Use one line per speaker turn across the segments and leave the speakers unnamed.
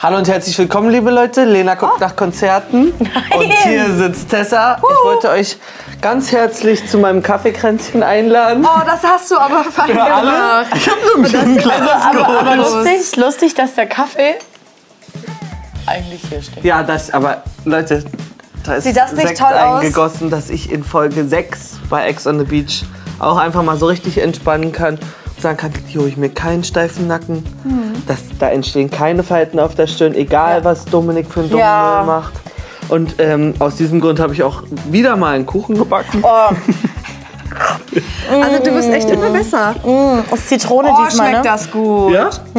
Hallo und herzlich willkommen, liebe Leute. Lena guckt
Oh.
nach Konzerten. Und hier sitzt Tessa. Ich wollte euch ganz herzlich zu meinem Kaffeekränzchen einladen.
Oh, das hast du aber fein
Für alle.
gemacht.
Ich habe so ein kleines
also, Aber, aber
Groß.
lustig, lustig, dass der Kaffee eigentlich hier steht.
Ja, das, aber Leute, da ist
Sieht das nicht
Sekt
toll aus?
eingegossen, dass ich in Folge 6 bei Ex on the Beach auch einfach mal so richtig entspannen kann und sagen kann, hier hole ich mir keinen steifen Nacken.
Hm.
Das, da entstehen keine Falten auf der Stirn, egal was Dominik für einen Domino
Ja.
macht. Und ähm, aus diesem Grund habe ich auch wieder mal einen Kuchen gebacken.
Oh. Also du bist echt immer besser.
Ist Zitrone diesmal, ne?
Oh, das gut.
Ja? Ist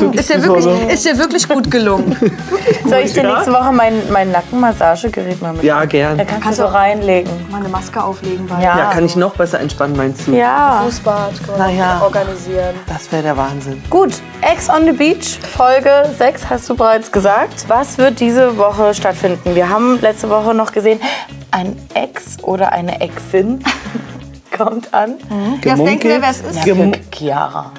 wirklich
Hm. Ist dir
super,
wirklich,
ne?
ist dir wirklich gut gelungen.
Soll ich dir
ja?
nächste Woche mein, mein Nackenmassagegerät mal mit?
Ja,
Da
gern.
kannst, du so reinlegen.
Mal eine Maske auflegen, weil
Ja.
Ja, kann ich noch besser entspannen, meinst du?
Ja.
Fußbad
Naja.
organisieren.
Das wäre der Wahnsinn.
Gut, Ex on the Beach, Folge 6 hast du bereits gesagt. Was wird diese Woche stattfinden? Wir haben letzte Woche noch gesehen, ein Ex oder eine Exin kommt an.
Jetzt denken wir, wer es ist.
Ja,
Gem-
für Chiara.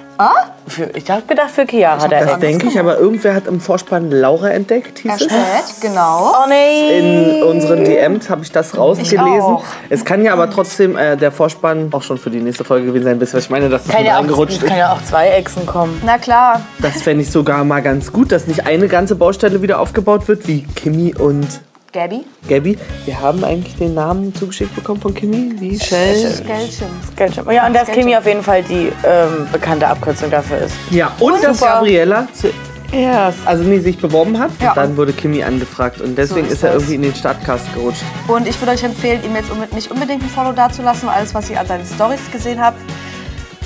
Für, ich habe gedacht für Chiara, der
Das
Ex.
Äh, denke ich, aber irgendwer hat im Vorspann Laura entdeckt, hieß es.
Erstellt, genau.
Oh nee.
In unseren DMs habe ich das rausgelesen.
auch.
es kann ja aber trotzdem äh, der Vorspann auch schon für die nächste Folge gewesen sein. Wisst ihr, was ich meine? Dass das
Kann
mit
ja, auch,
reingerutscht ist.
kann ja auch zwei Echsen kommen.
Na klar.
Das fände ich sogar mal ganz gut, dass nicht eine ganze Baustelle wieder aufgebaut wird, wie Kimi und
Gabby?
Gabby. Wir haben eigentlich den Namen zugeschickt bekommen von Kimi, wie Shell.
Geldchen.
Ganz schön. Ja, und dass Kimi auf jeden Fall die ähm, bekannte Abkürzung dafür ist.
Ja, und dass Gabriella zuerst, also nee, sich beworben hat.
Ja.
Und dann wurde Kimi angefragt. Und deswegen
So ist
ist, er
das.
irgendwie in den Startcast gerutscht.
Und ich würde euch empfehlen, ihm jetzt unbe- nicht unbedingt ein Follow dazulassen, weil alles, was ihr an seinen Stories gesehen habt,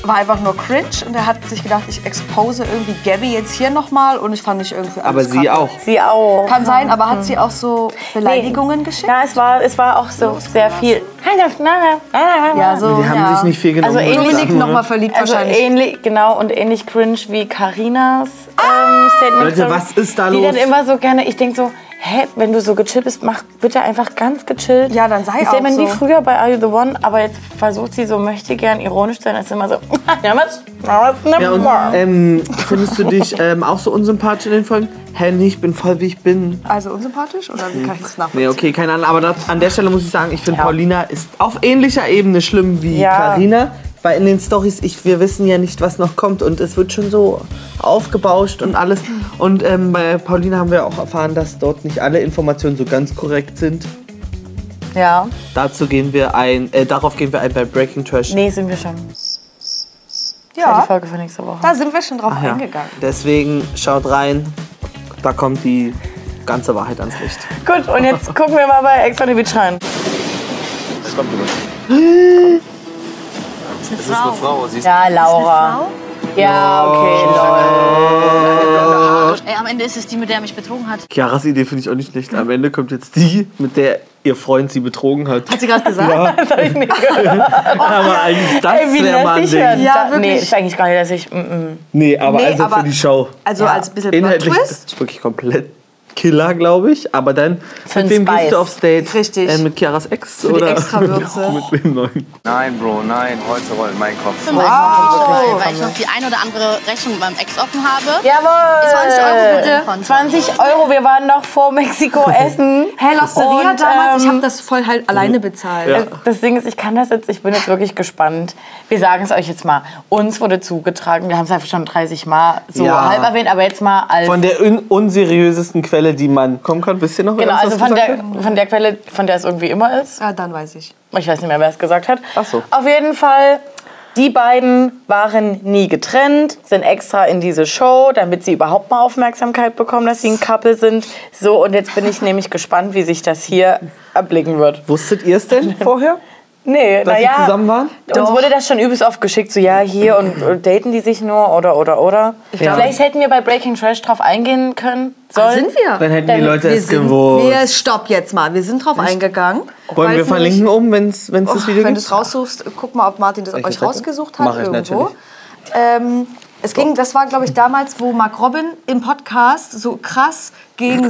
war einfach nur cringe. Und er hat sich gedacht, ich expose irgendwie Gabby jetzt hier nochmal. Und ich fand ich irgendwie alles
Aber sie
kacke.
auch.
Sie auch.
Kann sein, aber hat sie auch so Beleidigungen geschickt?
Na, es war, es war auch so sehr viel. Na, na, na, na, na.
so.
Die haben sich nicht viel genommen.
Also
muss ich
ähnlich
sagen, ne?
nochmal verliebt
Also
wahrscheinlich.
ähnlich, genau, und ähnlich cringe wie Carinas
Ah!
ähm, Statement.
Leute, was ist da
Die
los?
dann immer so gerne, ich denke so, hä, wenn du so gechillt bist, mach bitte einfach ganz gechillt.
Ja, dann sei
ich
auch
Statement wie
so.
früher bei Are You The One, aber jetzt versucht sie so, möchte gern ironisch sein, ist immer so, ja, was? Ja, was?
Ja, und ähm, findest du dich ähm, auch so unsympathisch in den Folgen? Hä, nee, ich bin voll, wie ich bin.
Also unsympathisch oder wie kann ich das nachvollziehen?
Nee, okay, keine Ahnung. Aber das, an der Stelle muss ich sagen, ich finde,
Ja.
Paulina ist auf ähnlicher Ebene schlimm wie
Ja.
Karina. Weil in den Stories, ich, wir wissen ja nicht, was noch kommt. Und es wird schon so aufgebauscht und alles. Und ähm, bei Paulina haben wir auch erfahren, dass dort nicht alle Informationen so ganz korrekt sind. ähm,
Ja.
Dazu gehen wir ein, äh, darauf gehen wir ein bei Breaking Trash.
Nee, sind wir schon. Die
Ja,
Folge für nächste Woche.
da sind wir schon drauf
Ja.
eingegangen.
Deswegen schaut rein, da kommt die ganze Wahrheit ans Licht.
Gut, und jetzt gucken wir mal bei Ex on the Beach rein.
Es ist eine Oh, Frau, sie ist
Ja, Laura. Ja, okay, lol.
Ey, am Ende ist es die, mit der er mich betrogen hat.
Chiaras Idee finde ich auch nicht schlecht. Am Ende kommt jetzt die, mit der ihr Freund sie betrogen hat.
Hat sie gerade gesagt?
Das hab ich nicht gehört.
aber eigentlich das
Ey, wie
wäre mal ein
lästig
Ding.
hören.
Ja,
Ja, nee,
wirklich.
ist eigentlich gar nicht lässig. Mm -mm.
Nee, aber
Nee,
also
aber-
für die Show.
Also als ein bisschen
Inhaltlich
Plot-Twist.
ist wirklich komplett Killer, glaube ich. Aber dann,
Für
mit wem
den Spice.
gehst du aufs Date?
Richtig.
Äh, mit Chiaras Ex?
die
oder
Extrawürze.
mit wem neuen?
Nein, Bro, nein, Holze rollen mein Kopf.
Wow. Weil ich noch die ein oder andere Rechnung beim Ex offen habe.
Jawohl!
20 Euro bitte. Von
20 Euro, wir waren noch vor Mexiko essen.
Hey, Losteria
Und,
damals, ich
ähm,
habe das voll halt alleine
Mhm.
bezahlt.
Ja.
Das Ding ist, ich kann das jetzt, ich bin jetzt wirklich gespannt. Wir sagen es euch jetzt mal. Uns wurde zugetragen, wir haben es einfach schon 30 Mal so
Ja.
halb erwähnt, aber jetzt mal als.
Von der un unseriösesten Quelle, die man kommen kann. Wisst ihr noch, wer
genau,
uns das
also von
gesagt
der,
hat?
von der Quelle, von der es irgendwie immer ist.
Ah, dann weiß ich.
Ich weiß nicht mehr, wer es gesagt hat.
Ach so.
Auf jeden Fall, die beiden waren nie getrennt, sind extra in diese Show, damit sie überhaupt mal Aufmerksamkeit bekommen, dass sie ein Couple sind. So, und jetzt bin ich nämlich gespannt, wie sich das hier erblicken wird.
Wusstet ihr es denn vorher?
Nee,
Dass sie
naja.
zusammen waren?
Uns wurde das schon übelst oft geschickt, so ja, hier und, und daten die sich nur oder oder oder. Vielleicht hätten wir bei Breaking Trash drauf eingehen können sollen.
Ah, Sind wir?
Dann hätten die Leute
wir
es gewusst.
wir stopp jetzt mal. Wir sind drauf eingegangen.
Wollen wir
Weiß nicht-
verlinken oben, wenn es
Oh,
das Video
Oh, Wenn
gibt?
du es raussuchst, guck mal, ob Martin das
Welche
euch
Seite?
rausgesucht hat
Mach ich
irgendwo.
natürlich.
Ähm, es ging, das war glaube ich damals, wo Mark Robin im Podcast so krass gegen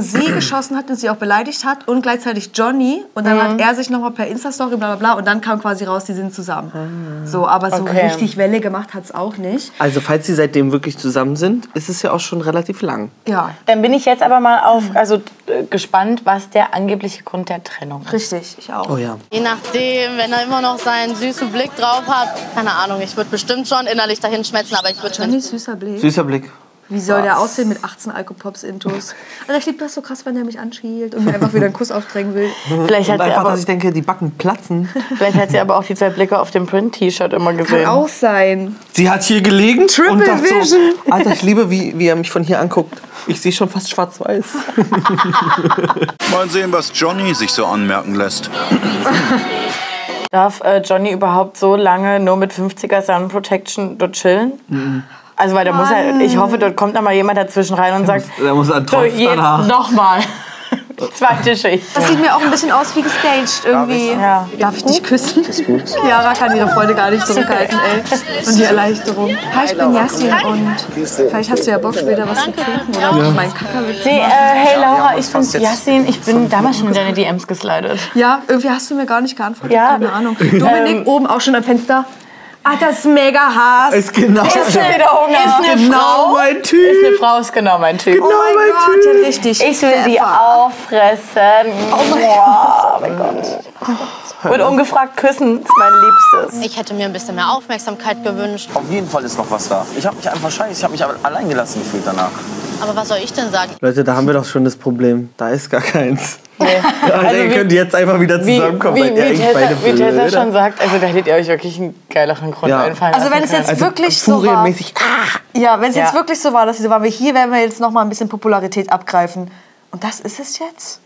sie geschossen hat und sie auch beleidigt hat und gleichzeitig Johnny und dann
Mhm.
hat er sich nochmal per Insta-Story bla bla bla und dann kam quasi raus, die sind zusammen.
Ah.
So, aber so
Okay.
richtig Welle gemacht hat es auch nicht.
Also falls sie seitdem wirklich zusammen sind, ist es ja auch schon relativ lang.
Ja,
Dann bin ich jetzt aber mal
Mhm.
auf, also äh, gespannt, was der angebliche Grund der Trennung ist.
richtig, ich auch.
Oh ja.
Je nachdem, wenn er immer noch seinen süßen Blick drauf hat. Keine Ahnung, ich würde bestimmt schon innerlich dahin schmelzen, aber ich würde schon
Johnny,
nicht.
süßer Blick.
Süßer Blick.
Wie soll der aussehen mit 18 Alkopops-Intos? Also ich liebe das so krass, wenn der mich anschielt und mir einfach wieder einen Kuss aufdrängen will.
Vielleicht
Mhm. Und
hat, sie
einfach,
aber,
dass ich denke, die Backen platzen.
vielleicht hat sie aber auch die zwei Blicke auf dem Print-T-Shirt immer gesehen.
Kann auch sein.
Sie hat hier gelegen
Triple
und dachte
Vision.
so, Alter, ich liebe, wie, wie er mich von hier anguckt. Ich sehe schon fast schwarz-weiß.
Mal sehen, was Johnny sich so anmerken lässt.
Darf äh, Johnny überhaupt so lange nur mit 50er Sun Protection dort chillen?
Mhm.
Also, weil da muss er, ich hoffe, dort kommt noch mal jemand dazwischen rein und sagt,
Da muss er
so,
tropft
jetzt
danach.
nochmal. Zweite Schicht.
Das sieht mir auch ein bisschen aus wie gestaged irgendwie.
Ja.
Darf ich dich küssen? Yara kann ihre Freude gar nicht zurückhalten, ey. Und die Erleichterung. Hi, ich bin Yasin und vielleicht hast du ja Bock, später was zu trinken oder mein Kacker wird.
Nee, äh, hey Laura, ich bin's Yassin. Ich bin damals schon in deine DMs geslidet.
Ja, irgendwie hast du mir gar nicht geantwortet,
Ja. Ähm.
keine Ahnung. Dominik oben auch schon am Fenster. Ah, das ist mega Hass.
Ist genau,
Ist schon wieder Hunger.
ist genau mein Typ.
Ist eine Frau, ist genau mein Typ.
genau
oh mein Gott, ja, richtig.
Ich will sie auffressen. Oh mein Gott. Und ungefragt küssen ist mein Liebstes.
Ich hätte mir ein bisschen mehr Aufmerksamkeit gewünscht.
Auf jeden Fall ist noch was da. Ich habe mich einfach scheiße, ich habe mich allein gelassen gefühlt danach.
Aber was soll ich denn sagen?
Leute, da haben wir doch schon das Problem. Da ist gar keins. Alter,
Also
ihr
wie-
könnt jetzt einfach wieder
Wie,
zusammenkommen,
wie,
weil ihr
wie,
eigentlich beide
Tessa, wie Tessa
blöder-
schon sagt, also da hättet ihr euch wirklich einen geileren Grund
Ja.
einfallen
Also
lassen
wenn es
können.
jetzt wirklich so war,
furienmäßig. Ah!
ja, wenn es jetzt
Ja.
wirklich so war, dass sie so waren, wir hier werden wir jetzt noch mal ein bisschen Popularität abgreifen. Und das ist es jetzt?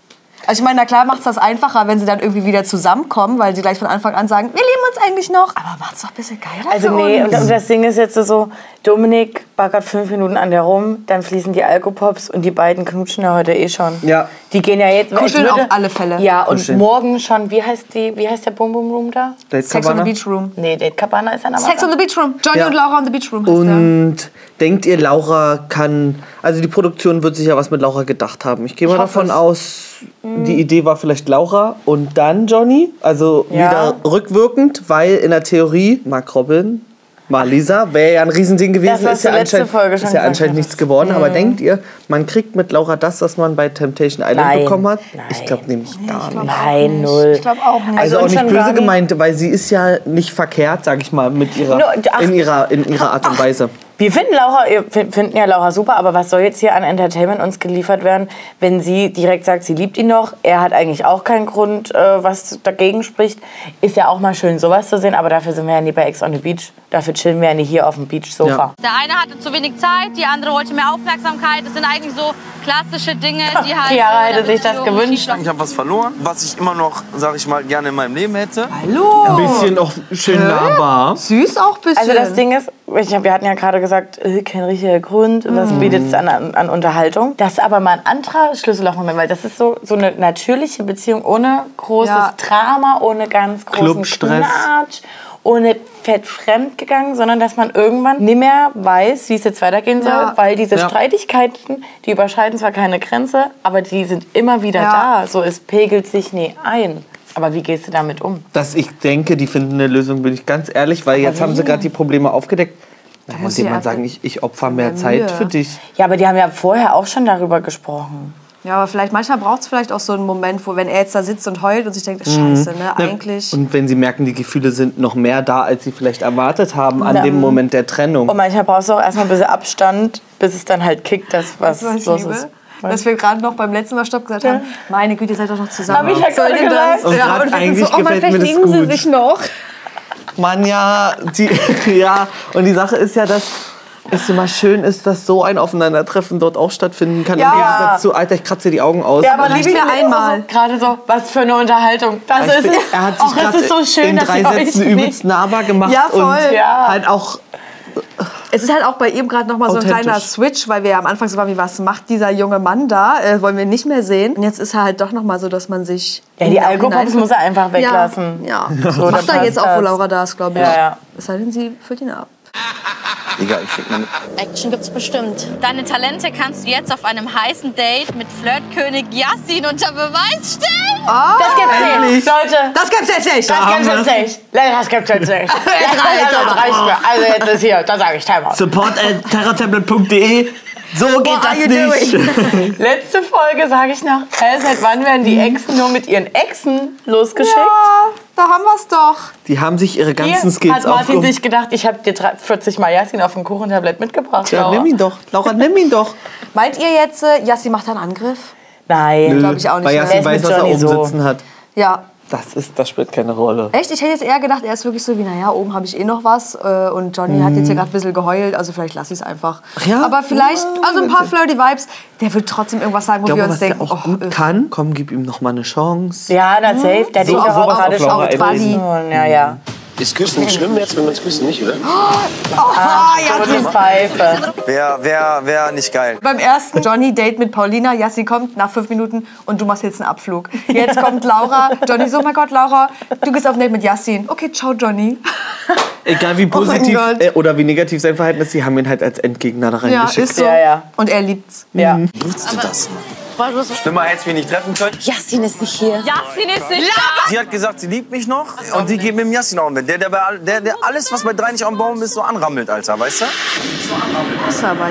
Also ich meine, na klar macht es das einfacher, wenn sie dann irgendwie wieder zusammenkommen, weil sie gleich von Anfang an sagen, wir lieben uns eigentlich noch, aber macht's doch ein bisschen geiler
Also
für
nee, und,
uns.
und das Ding ist jetzt so, Dominik baggert fünf Minuten an der rum, dann fließen die Alkopops und die beiden knutschen ja heute eh schon.
Ja.
Die gehen ja jetzt...
Kuscheln
es würde-
auf alle Fälle.
Ja, und
Kuscheln.
morgen schon, wie heißt, die, wie heißt der Boom Boom Room da?
Date
Sex on the
Cabana.
Beach Room.
Nee, Date Cabana ist ja noch
Sex on the Beach Room. Johnny
Ja.
und Laura on the Beach Room. heißt der.
Und denkt ihr, Laura kann. Also die Produktion wird sich ja was mit Laura gedacht haben. Ich gehe mal
hoffe
davon
es.
aus,
Mhm.
die Idee war vielleicht Laura und dann Johnny. Also
Ja.
wieder rückwirkend, weil in der Theorie Mark Robin. Mal Lisa, wäre ja ein Riesending gewesen,
was
ist ja
du letzte
anscheinend,
Folge schon
ist ja
gesagt
anscheinend nichts
hattest.
geworden. Aber denkt ihr, man kriegt mit Laura das, was man bei Temptation Island
Nein.
bekommen hat?
Nein.
Ich glaube nämlich gar nicht.
Nein, null.
Ich glaube auch
Also
nicht.
Also
auch
und
nicht
schon gar
böse
nicht-
gemeint, weil sie ist ja nicht verkehrt, sag ich mal, mit ihrer,
Nur- ach.
in ihrer, in ihrer Art und Weise.
Wir finden Laura, wir finden ja Laura super, aber was soll jetzt hier an Entertainment uns geliefert werden, wenn sie direkt sagt, sie liebt ihn noch, er hat eigentlich auch keinen Grund, äh, was dagegen spricht. Ist ja auch mal schön, sowas zu sehen, aber dafür sind wir ja nie bei Ex on the Beach. Dafür chillen wir ja nie hier auf dem Beach-Sofa.
Der eine hatte zu wenig Zeit, die andere wollte mehr Aufmerksamkeit. Das sind eigentlich so klassische Dinge, die
Chiara
halt. so in
hätte
der
sich das
Beziehung
gewünscht.
schieflaufen.
Ich habe was verloren, was ich immer noch, sag ich mal, gerne in meinem Leben hätte.
Oh.
Ein bisschen auch schön nahbar.
Süß auch ein bisschen.
Also das Ding ist, ich hab, wir hatten ja gerade gesagt, äh, kein richtiger Grund, was
Mhm.
bietet es an, an, an Unterhaltung. Das ist aber mal ein anderer Schlüssellochmoment, weil das ist so, so eine natürliche Beziehung ohne großes
Ja.
Drama, ohne ganz großen
Clubstress.
Knatsch, ohne fett fremd gegangen, sondern dass man irgendwann nicht mehr weiß, wie es jetzt weitergehen soll,
Ja.
weil diese
Ja.
Streitigkeiten, die überschreiten zwar keine Grenze, aber die sind immer wieder
Ja.
da. So, es pegelt sich nie ein. Aber wie gehst du damit um?
Dass ich denke, die finden eine Lösung, bin ich ganz ehrlich, weil jetzt haben sie gerade die Probleme aufgedeckt. Naja,
muss sie
indem man
erst-
sagen, ich, ich opfer mehr Zeit für dich.
Ja, aber die haben ja vorher auch schon darüber gesprochen.
ja, aber vielleicht manchmal braucht es vielleicht auch so einen Moment, wo wenn er jetzt da sitzt und heult und sich denkt,
Mhm.
scheiße, ne, eigentlich.
Und wenn sie merken, die Gefühle sind noch mehr da, als sie vielleicht erwartet haben an dem Moment der Trennung.
Und manchmal brauchst du auch erstmal ein bisschen Abstand, bis es dann halt kickt, das was
Was ich
los
liebe,
ist.
Dass wir gerade noch beim letzten Mal Stopp gesagt haben, meine Güte, ihr seid doch noch zusammen.
Hab ich ja
Soll
gerade
ihr das?
gesagt.
Und
ja,
grad
und wir sind
eigentlich
so, oh Mann,
gefällt mir
vielleicht
das
lieben sie
gut.
sich noch.
Mann, ja, die, ja. Und die Sache ist ja, dass es immer schön ist, dass so ein Aufeinandertreffen dort auch stattfinden kann.
Ja.
Im Gegensatz zu, Alter, ich kratze dir die Augen aus.
aber
Und
nicht mehr einmal.
Also Gerade so, was für eine Unterhaltung. Das
ich
ist
bin,
also es.
er hat sich
Auch es
gerade
ist so schön,
in
dass
drei
ihr euch
Sätzen
nicht-
übelst nahbar gemacht
Ja, voll.
und
Ja.
halt auch
Es ist halt auch bei ihm gerade noch mal so ein
Authentisch.
kleiner Switch, weil wir ja am Anfang so waren, wie was macht dieser junge Mann da? Äh, wollen wir nicht mehr sehen. Und jetzt ist er halt doch noch mal so, dass man sich
Ja, die Alkopops
genau.
muss er einfach weglassen.
Ja, ja.
So, dann
macht er
passt
jetzt auch, wo
das.
Laura da ist, glaube ich.
Ja, ja.
Es sei denn, sie füllt ihn ab.
Egal, ich schick mal mit.
Action gibt's bestimmt.
Deine Talente kannst du jetzt auf einem heißen Date mit Flirtkönig Yassin unter Beweis stellen.
Das gibt's nicht. Leute,
Das gibt's jetzt nicht.
das gibt's jetzt nicht. Leute, das gibt's jetzt nicht.
Jetzt reicht's
Also,
aber.
das reicht mir. Also jetzt ist hier, da sage ich Timeout.
Support at terratablet.de. So geht
What are you
das nicht.
Letzte Folge sage ich noch, hä, seit wann werden die
Mhm.
Echsen nur mit ihren Echsen losgeschickt?
Ja, da haben wir's doch.
Die haben sich ihre
Hier
ganzen Skills
hat Martin
aufgehoben.
sich gedacht, ich habe dir 30 40 Mal Yasin auf dem Kuchentablett mitgebracht.
Ja,
Laura.
nimm ihn doch. Laura, nimm ihn doch.
Meint ihr jetzt, äh, Yassi macht da einen Angriff?
Äh,
Nein.
Glaub ich auch nicht.
Weil
Wer
Yassin
ist
weiß,
mit
was er
Johnny
oben
so?
sitzen hat.
Ja.
Das, ist, das spielt keine Rolle.
Echt? Ich hätte jetzt eher gedacht, er ist wirklich so wie, naja, oben habe ich eh noch was. äh, Und Johnny hat jetzt hier gerade ein bisschen geheult, also vielleicht lasse ich es einfach.
Mhm. ja?
Aber vielleicht,
Ja,
also ein paar flirty Vibes. Der wird trotzdem irgendwas sagen, wo
Ich
wir
glaube,
uns
was der
denken,
auch
oh,
gut
äh,
kann, komm, gib ihm noch mal eine Chance.
Ja, na safe, der
Hm?
hat
So
ihn doch
auf-
auch
auf-
gerade
auf- Hm.
schon
auf Quasi.
gezogen. Ja, ja.
Ist Küssen nicht schlimm jetzt, wenn man es küssen nicht, oder?
Ah,
Tote
Yassi.
Pfeife.
Wer, wer, wer nicht geil?
Beim ersten Johnny-Date mit Paulina, Yassi kommt nach fünf Minuten und du machst jetzt einen Abflug. Jetzt kommt Laura, Johnny so, oh mein Gott, Laura, du gehst auf ein Date mit Yassin. Okay, ciao, Johnny.
Egal wie
Oh mein
positiv
Gott.
äh, oder wie negativ sein Verhalten ist, sie haben ihn halt als Endgegner da
Ja,
reingeschickt.
ist so.
Ja, ja.
Und er liebt's.
Ja.
Boah, du bist
Schlimmer hätte ich mich nicht treffen können.
Yassin ist nicht da.
Sie hat gesagt, sie liebt mich noch und die geht mit dem Yassin auch mit. Der, der, bei, all- der, der alles, was bei drei nicht am Baum ist, so anrammelt, Alter, weißt du?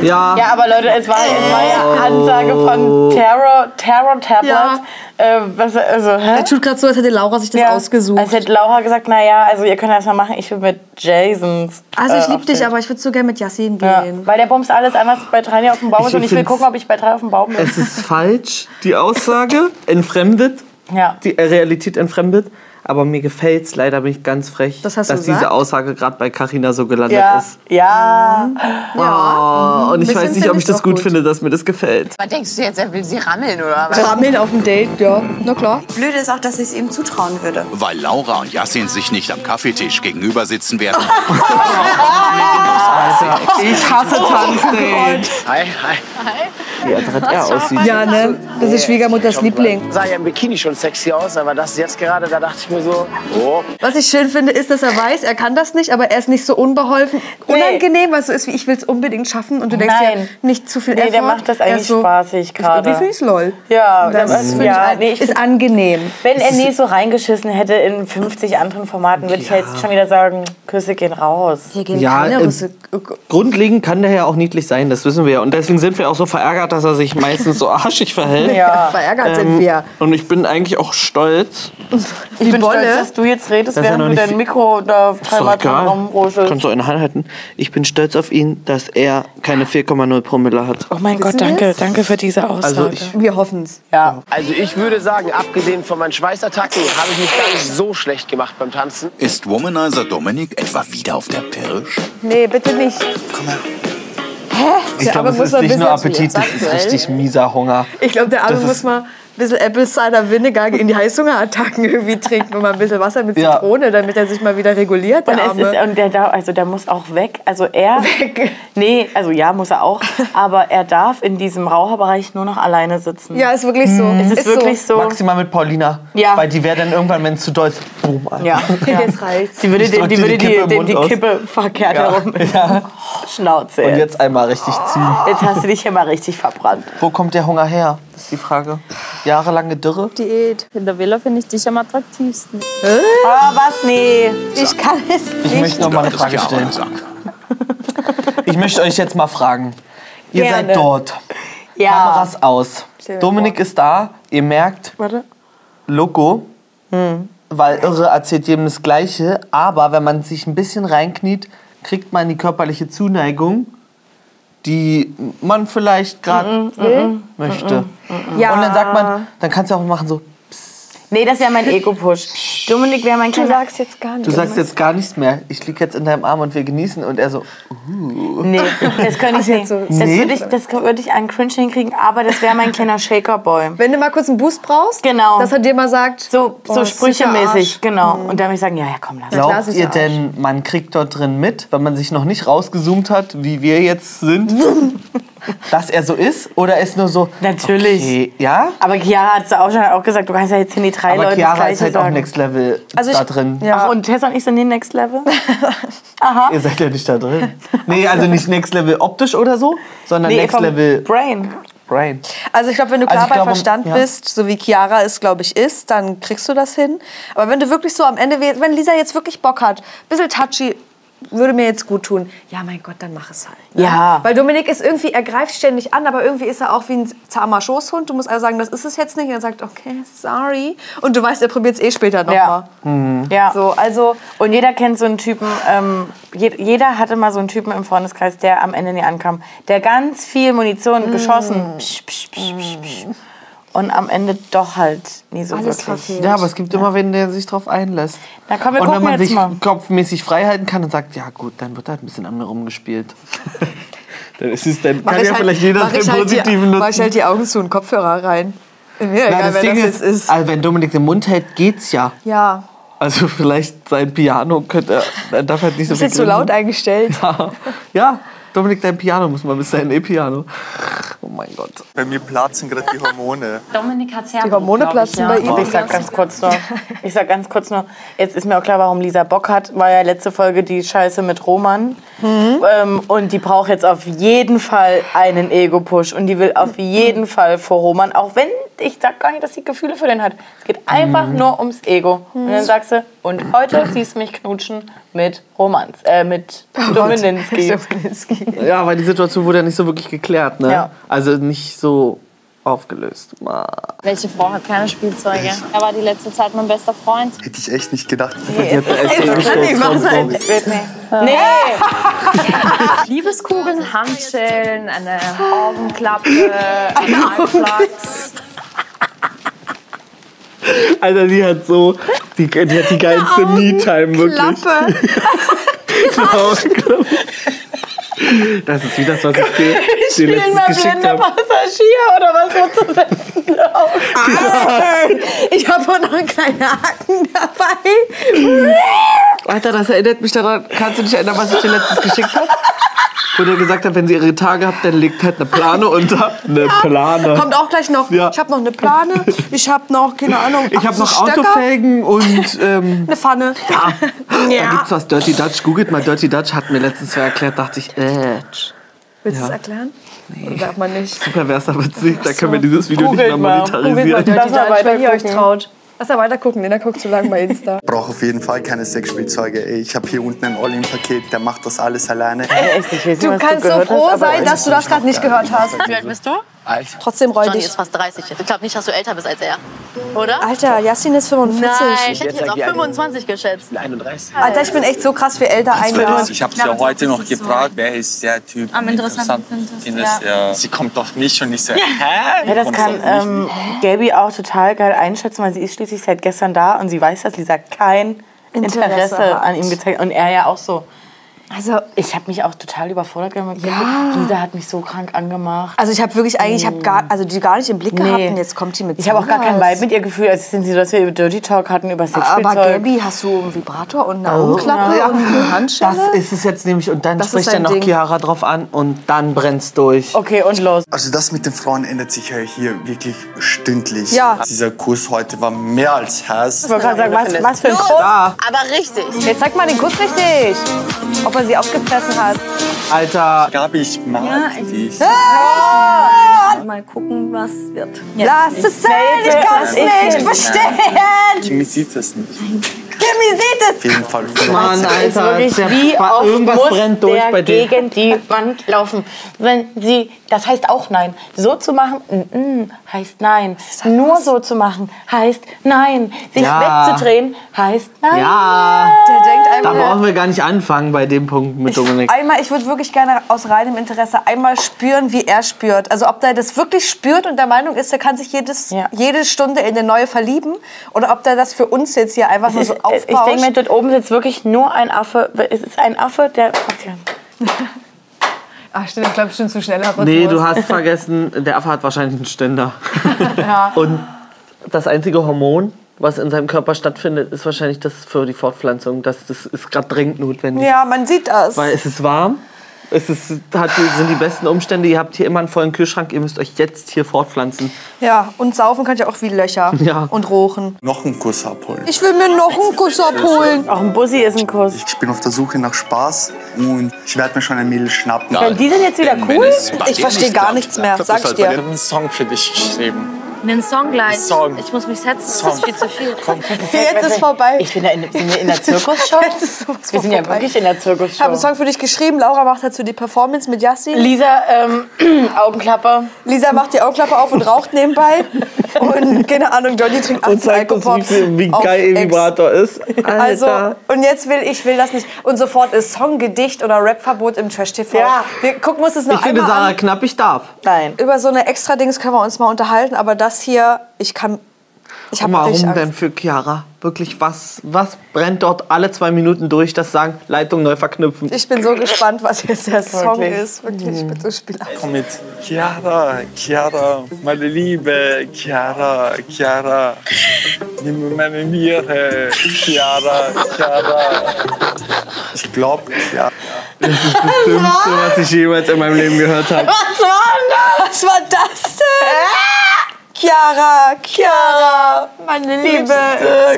ja.
Ja, aber Leute, es war, es war ja Ansage von Terror, Terror
Äh.
Tablet.
Ja.
Äh, was, also, hä?
Er tut gerade so, als hätte Laura sich das
Ja. Also
ausgesucht.
Als hätte Laura gesagt, naja, also ihr könnt das mal machen, ich will mit Jasons.
Also ich
äh,
liebe
auf
dich,
den-
aber ich würde so gerne mit Yassin
Ja,
gehen.
weil der bumst alles an, was bei Trani auf dem Baum ist
Ich
und ich will
find's-
gucken, ob ich bei Trani auf dem Baum bin.
Es ist falsch, die Aussage, entfremdet,
Ja.
die äh, Realität entfremdet. Aber mir gefällt es, leider bin ich ganz frech,
Das hast du
dass diese
gesagt?
Aussage gerade bei Carina so gelandet
Ja,
ist.
ja.
Oh, und ich
Mhm. bisschen
weiß nicht,
find
ob ich
ich's
das
auch
gut,
gut.
finde, dass mir das gefällt.
Was denkst du jetzt, er will sie rammeln oder was?
Rammeln auf dem Date, ja. Na klar.
Blöde ist auch, dass ich es ihm zutrauen würde.
Weil Laura und Yassin sich nicht am Kaffeetisch gegenüber sitzen werden.
Also,
Ich hasse Tanzdate.
Hi, hi.
Wie adrett er aussieht.
Ja, ne? Das ist Schwiegermutters Liebling.
Sah ja im Bikini schon sexy aus, aber das jetzt gerade, da dachte ich mir so, oh,
Was ich schön finde, ist, dass er weiß, er kann das nicht, aber er ist nicht so unbeholfen. Unangenehm, weil es so ist, wie ich will es unbedingt schaffen und du denkst
Nein.
dir nicht zu viel
Nee,
Effort.
der macht das
Er ist
eigentlich spaßig gerade.
Irgendwie finde ich lol.
Ja,
Das,
das-
finde
ja,
ich,
nee,
ich
ich-
ist angenehm.
Wenn er nie so reingeschissen hätte in 50 anderen Formaten, würde ich ja jetzt schon wieder sagen, Küsse gehen raus.
Hier gehen
Ja,
keine
äh,
Risse.
Grundlegend kann der ja auch niedlich sein, das wissen wir ja. Und deswegen sind wir auch so verärgert, dass er sich meistens so arschig verhält. Ähm,
Ja.
Verärgert sind wir.
Und ich bin eigentlich auch stolz.
Ich bin
Bolle.
stolz, dass du jetzt redest,
Das ist ja
während
noch
du
nicht
dein
viel-
Mikro da
Ist doch
dreimal dran
egal. Kannst
rumruschelst.
du eine Hand halten. Ich bin stolz auf ihn, dass er keine 4,0 Promille hat.
Oh mein Gott, danke, danke für diese Aussage.
Also ich,
Wir hoffen's.
ja.
Also ich würde sagen, abgesehen von meinen Schweißattacken, habe ich mich gar nicht so schlecht gemacht beim Tanzen.
Ist Womanizer Dominik etwa wieder auf der Pirsch?
Nee, bitte nicht.
ich glaube,
Arme
es
muss
ist
mal
nicht nur
ein bisschen
Appetit, das ist richtig mieser Hunger.
Ich glaube, der Arme
Das ist-
muss mal ein bisschen Apple Cider Vinegar in die Heißhungerattacken irgendwie trinken und mal ein bisschen Wasser mit
Ja.
Zitrone, damit er sich mal wieder reguliert,
Und,
der
es
Arme.
ist, und der, da, also der muss auch weg. Also er.
Weg.
Nee, also ja, muss er auch. Aber er darf in diesem Raucherbereich nur noch alleine sitzen. Hm.
ja, ist wirklich so.
Es ist, wirklich so.
Maximal mit Paulina.
Ja.
Weil die wäre dann irgendwann, wenn es zu doll ist, oh boom, Alter.
Ja. ja.
Jetzt reicht's.
Die würde,
Ich
den,
drück
die,
dir
würde
die
die,
Kippe im
den,
Mund
die
aus.
Kippe verkehrt herum.
Ja.
Schnauze.
Und
Jetzt.
jetzt einmal richtig ziehen.
jetzt hast du dich hier mal richtig verbrannt.
Wo kommt der Hunger her? Das ist die Frage. Jahrelange Dürre?
Diät.
In der Villa finde ich dich am attraktivsten.
Ah, was? Nee.
Ich kann es
Ich möchte noch mal eine Frage stellen. Ich möchte euch jetzt mal fragen. Ihr
Gerne.
seid dort.
Ja.
Kameras aus. Dominik ist da. Ihr merkt,
Warte. Hm.
Loco, weil Irre erzählt jedem das Gleiche. Aber wenn man sich ein bisschen reinkniet, kriegt man die körperliche Zuneigung, die man vielleicht gerade möchte.
Ja.
Und dann sagt man, dann kannst du auch machen so,
Nee, das wäre mein Ego-Push. Dominik wäre mein kleiner... Du sagst jetzt gar
du sagst jetzt gar nichts mehr. Ich liege jetzt in deinem Arm und wir genießen. Und er so,
Nee, das könnte ich nicht. Das
Nee?
würde ich, das würde ich einen Cringe hinkriegen, aber das wäre mein kleiner Shaker-Boy.
Wenn du mal kurz einen Boost brauchst,
Genau.
dass er dir mal sagt,
So, so
"Boah,
Oh,
sprüchemäßig,
süßer
genau. Und dann würde ich sagen, ja, ja, komm, lass
klar,
Glaubt
sie ist
ihr
der
denn, man kriegt dort drin mit, wenn man sich noch nicht rausgezoomt hat, wie wir jetzt sind? dass er so ist? Oder ist nur so.
Natürlich.
Okay, ja?
Aber Chiara hat es auch schon auch gesagt, du kannst ja jetzt hier die drei
Aber
Leute das
Chiara
Gleiche
ist halt auch
sagen.
Next Ah. Level
Also ich-
da drin.
Ach, und Tessa und ich sind hier Next Level? Aha.
Ihr seid ja nicht da drin. Nee, also nicht Next Level optisch oder so, sondern
Nee,
Next
vom
Level
Brain.
Brain.
Also ich glaube, wenn du
Also
klar
ich
bei
glaube,
Verstand
ja.
bist, so wie Chiara es, glaube ich, ist, dann kriegst du das hin. Aber wenn du wirklich so am Ende, wenn Lisa jetzt wirklich Bock hat, bisschen touchy, würde mir jetzt gut tun. Ja, mein Gott, dann mach es halt.
Ja.
Weil Dominik ist irgendwie, er greift ständig an, aber irgendwie ist er auch wie ein zahmer Schoßhund. Du musst also sagen, das ist es jetzt nicht. Und er sagt, okay, sorry. Und du weißt, er probiert es eh später nochmal.
Ja. ja.
So, also,
Und jeder kennt so einen Typen, ähm, je, jeder hatte mal so einen Typen im Freundeskreis, der am Ende nie ankam, der ganz viel Munition geschossen psch, psch, psch, psch, psch, und am Ende doch halt nie so
alles
wirklich.
verfehlt.
Ja, aber es gibt immer wen, der sich drauf einlässt.
Na komm, wir
und wenn
gucken
man
jetzt
sich
mal.
kopfmäßig frei halten kann und sagt, ja gut, dann wird halt ein bisschen an mir rumgespielt. dann ist es, dann kann ja vielleicht jeder
mach
den
ich halt die-
positiven
Mach ich
nutzen.
halt die Augen zu und Kopfhörer rein. Mir
Na,
egal,
das
wer
Ding
das
ist,
jetzt ist.
Also wenn Dominik den Mund hält, geht's ja.
Ja,
Also vielleicht sein Piano könnte er, er darf halt nicht so
ist
viel
jetzt so laut eingestellt.
Ja. ja, Dominik, dein Piano muss mal bis dein E-Piano. Oh mein Gott.
Bei mir platzen gerade die Hormone.
Dominik hat Herpes,
Die Hormone
glaub
platzen bei ihm.
Ich sag ganz kurz nur, ich sag ganz kurz nur, jetzt ist mir auch klar, warum Lisa Bock hat, war ja letzte Folge die Scheiße mit Roman.
Mhm.
Ähm, und die braucht jetzt auf jeden Fall einen Ego-Push und die will auf jeden Fall vor Roman, auch wenn ich sag gar nicht, dass sie Gefühle für den hat. Es geht einfach
Mhm.
nur ums Ego. Und dann sagst du, und heute siehst du mich knutschen mit Romans, äh, mit
Oh
Domininski.
Ja, weil die Situation wurde ja nicht so wirklich geklärt, ne?
Ja.
Also nicht so aufgelöst. Ah.
Welche Frau hat keine Spielzeuge? Er war die letzte Zeit mein bester Freund.
Hätte ich echt nicht gedacht.
Jetzt erst so gestellt von Dominik.
Liebeskugeln, Handschellen, eine Augenklappe, ein Augenflachs.
Alter, die hat so, die, die hat die geilste Me-Time wirklich. Genau, ich glaub. das ist wie das, was ich dir, dir letztens geschickt habe.
Passagier oder was sozusagen.
Ich habe auch noch einen kleinen Haken dabei.
Alter, das erinnert mich daran. Kannst du dich erinnern, was ich dir letztens geschickt habe? Wo der gesagt hat, wenn sie ihre Tage habt, dann legt halt eine Plane unter. Eine Plane.
Kommt auch gleich noch.
Ja.
Ich habe noch eine Plane. Ich habe noch, keine Ahnung,
Ich habe noch
80 Stöcker,
Autofelgen und ähm,
Eine Pfanne.
ah, da gibt's was. Dirty Dutch. Googelt mal Dirty Dutch. Hat mir letztens wer erklärt. Dachte ich, äh,
Willst
Ja.
du es erklären? Nee. Darf man nicht.
perverser Witzig. Da können wir dieses Video
Googelt
nicht
mal.
mehr
Googelt
monetarisieren.
mal. genau? Lass mal
Dirty Dutch, wenn ihr euch
weitergucken.
traut. Lass mal weiter gucken, denn er guckt zu lange bei Insta.
Ich brauche auf jeden Fall keine Sexspielzeuge. ey. Ich habe hier unten ein All-In-Paket, der macht das alles alleine.
Du kannst so froh sein, dass du das gerade nicht gehört hast.
Wie alt bist du?
Alter.
Trotzdem reu
Johnny
dich.
ist fast 30 jetzt. Ich glaube nicht, dass du älter bist als er. Oder?
Alter, Yassin ist 45.
Ich hätte
Jetzt
jetzt auf
sag ich,
25 geschätzt.
31.
Alter, ich bin echt so krass viel älter. Ein Jahr.
Ich habe sie ja heute noch gefragt, wer ist der Typ?
Am interessantesten
Interessant
ist,
findest, ja. Sie kommt auf mich und ich so, hä?
Ja, das kann ähm, Gabi auch total geil einschätzen, weil sie ist schließlich seit gestern da und sie weiß, dass Lisa kein Interesse,
Interesse hat.
an ihm gezeigt hat. Und er ja auch so.
Also,
Ich habe mich auch total überfordert gemacht. Lisa hat mich so krank angemacht.
also ich habe wirklich eigentlich, ich habe gar, also die gar nicht im Blick gehabt
Nee.
und jetzt kommt die mit.
Ich habe auch gar kein
sowas.
Vibe mit ihr gefühlt, als sind sie, dass wir über Dirty Talk hatten, über
Aber
Sexspielzeug.
Gabi, hast du einen Vibrator und eine Augenklappe
Oh, Ja.
und eine Handschelle?
Das ist es jetzt nämlich. Und dann
Das
spricht
ist
dann
sein
noch
Ding.
Chiara drauf an und dann brennt's durch.
Okay, und los.
Also das mit den Frauen ändert sich ja hier wirklich stündlich.
Ja.
Dieser Kurs heute war mehr als heiß.
Ich wollte gerade sagen, was, was für ein Kurs.
Aber richtig.
Jetzt zeig mal den Kuss richtig, ob er sie aufgefressen hat.
Alter,
Gabi, ich mag dich.
Mal gucken, was wird.
Lass es sein, Ah! ich kann es nicht verstehen.
Kimi sieht das nicht.
Kimi sieht
Auf jeden Fall.
Mann,
ist
Alter.
wirklich,
der-
wie oft
irgendwas
muss
brennt durch
der
bei dir.
gegen die Wand laufen. Wenn sie, das heißt auch nein. So zu machen, mm, mm, heißt nein. Nur so zu machen, heißt nein. Sich
Ja.
wegzudrehen, heißt nein.
Ja.
Der denkt
Da
einmal,
brauchen wir gar nicht anfangen bei dem Punkt mit Dominik.
einmal ich würde wirklich gerne aus reinem Interesse einmal spüren, wie er spürt. Also ob der das wirklich spürt und der Meinung ist, der kann sich jedes,
Ja.
jede Stunde in eine neue verlieben. Oder ob der das für uns jetzt hier einfach nur
Ich,
so
ich denke mir,
aufbaut.
dort oben sitzt wirklich nur ein Affe. Es ist ein Affe, der.
Ach stimmt, ich glaube, schon zu schneller Rhythmus.
Nee, du hast vergessen, der Affe hat wahrscheinlich einen Ständer. Und das einzige Hormon, was in seinem Körper stattfindet, ist wahrscheinlich das für die Fortpflanzung. Das, das ist gerade dringend notwendig.
Ja, man sieht das.
Weil es ist warm Es ist, hat, sind die besten Umstände. Ihr habt hier immer einen vollen Kühlschrank. Ihr müsst euch jetzt hier fortpflanzen.
Ja, und saufen kann ich auch wie Löcher.
Ja.
Und rochen.
Noch einen Kuss abholen.
Ich will mir noch einen Kuss abholen.
Auch ein Bussi ist ein Kuss.
Ich bin auf der Suche nach Spaß und ich werde mir schon ein Mädel schnappen.
Wenn die sind jetzt wieder cool.
Ich verstehe gar nichts mehr, sag ich dir.
einen Song für dich geschrieben.
Einen Song gleich.
Song.
Ich muss mich setzen, das
Song.
ist viel zu viel.
Jetzt ist vorbei.
Ich bin da in, sind wir in der Zirkusshow.
Jetzt ist sowas
Wir sind ja
vorbei.
wirklich in der
Ich habe einen
Zirkusshow.
Song für dich geschrieben. Laura macht dazu die Performance mit Yassin.
Lisa, ähm, Augenklappe.
Lisa macht die Augenklappe auf und raucht nebenbei. Und keine Ahnung, Johnny trinkt 18 Alkopops. auf Ex.
ist.
Also, und jetzt will ich will das nicht. Und sofort ist Song, Gedicht oder Rap-Verbot im Trash-TV.
Ja.
Wir gucken uns das noch
ich finde
einmal
Sarah
an.
knapp, ich darf.
Nein.
Über so eine extra Dings können wir uns mal unterhalten, aber das hier, ich kann. Ich habe
Warum
richtig Angst.
denn für Chiara? Wirklich, was, was brennt dort alle zwei Minuten durch, das sagen, Leitung neu verknüpfen?
Ich bin so gespannt, was jetzt der Song
Wirklich.
ist. Wirklich, ich bin so spielerisch.
Komm mit. Chiara, Chiara, meine Liebe, Chiara, Chiara. Nimm mir meine Niere, Chiara, Chiara.
Ich glaube, ja.
das Dümmste, was ich jemals in meinem Leben gehört habe.
Was war das? Was war das denn? Chiara, Chiara, meine liebe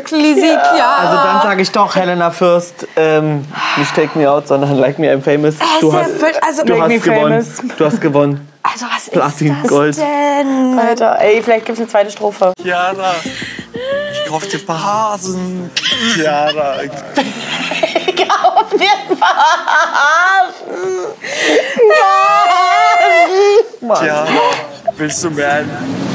Lisi
Also
Chiara.
dann sage ich doch, Helena Fürst, ähm, nicht Take Me Out, sondern Like Me I'm Famous. Du
Also,
hast,
also,
du hast
Me
gewonnen. Du hast gewonnen.
also was
Platin,
ist das
Gold.
denn?
Alter, ey, vielleicht gibt's eine zweite Strophe.
Chiara,
Ich kaufe dir ein paar Hasen.
Chiara.
Auf jeden
Chiara, willst du mir einen?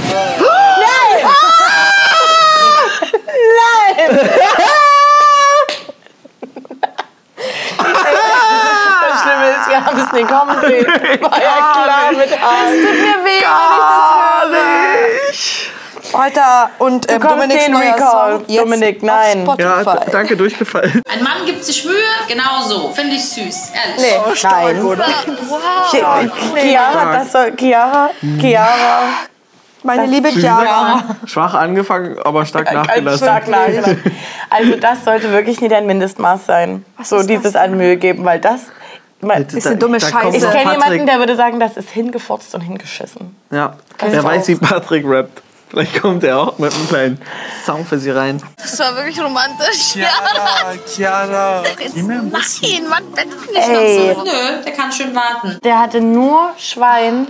Das Schlimme ist, wir haben es nicht kommen sehen. War ja klar mit Haaren.
Mir weh, wenn ich das höre. Alter, und ähm,
bekommst
Dominik's
den
neuer
Recall.
Song jetzt
Dominik,
auf
nein.
Ja,
Spotify.
d- danke, durchgefallen.
Ein Mann gibt sich Mühe, genau so. Finde ich süß, ehrlich.
Nee, nein. Chiara, das soll. Chiara,
Mhm.
Chiara.
Meine liebe Chiara.
Schwach angefangen, aber stark
Ganz
nachgelassen.
stark nachgelassen. Also, das sollte wirklich nie dein Mindestmaß sein. so dieses an Mühe geben, weil das. Man,
Das
Ist eine
Da-
dumme
da
Scheiße.
kommt
ich
noch
kenne
Patrick.
jemanden, der würde sagen, das ist hingefurzt und hingeschissen.
Ja. Wer weiß, wie Patrick rappt. Vielleicht kommt er auch mit einem kleinen Song für sie rein.
Das war wirklich romantisch. Ja.
Chiara, Ah, Chiara.
Nein, Mann, bitte nicht
Ey.
noch so. Nö, der kann schön warten.
Der hatte nur Schwein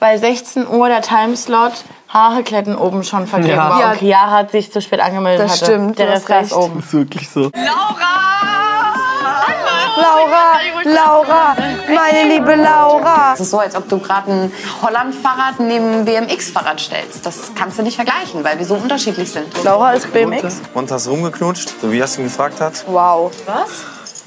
bei 16 Uhr der Timeslot. Haare kletten oben schon vergeben
Ja.
war.
Ja.
Und Chiara hat sich zu spät angemeldet.
Das
hatte.
stimmt, du
Der
hast
Rest saß
recht.
oben.
Ist wirklich so.
Laura, Laura, meine liebe Laura.
Es ist so, als ob du gerade ein Holland-Fahrrad neben ein BMX-Fahrrad stellst. Das kannst du nicht vergleichen, weil wir so unterschiedlich sind.
Laura ist BMX.
Und hast rumgeknutscht, so wie Jasmin gefragt hat.
Wow.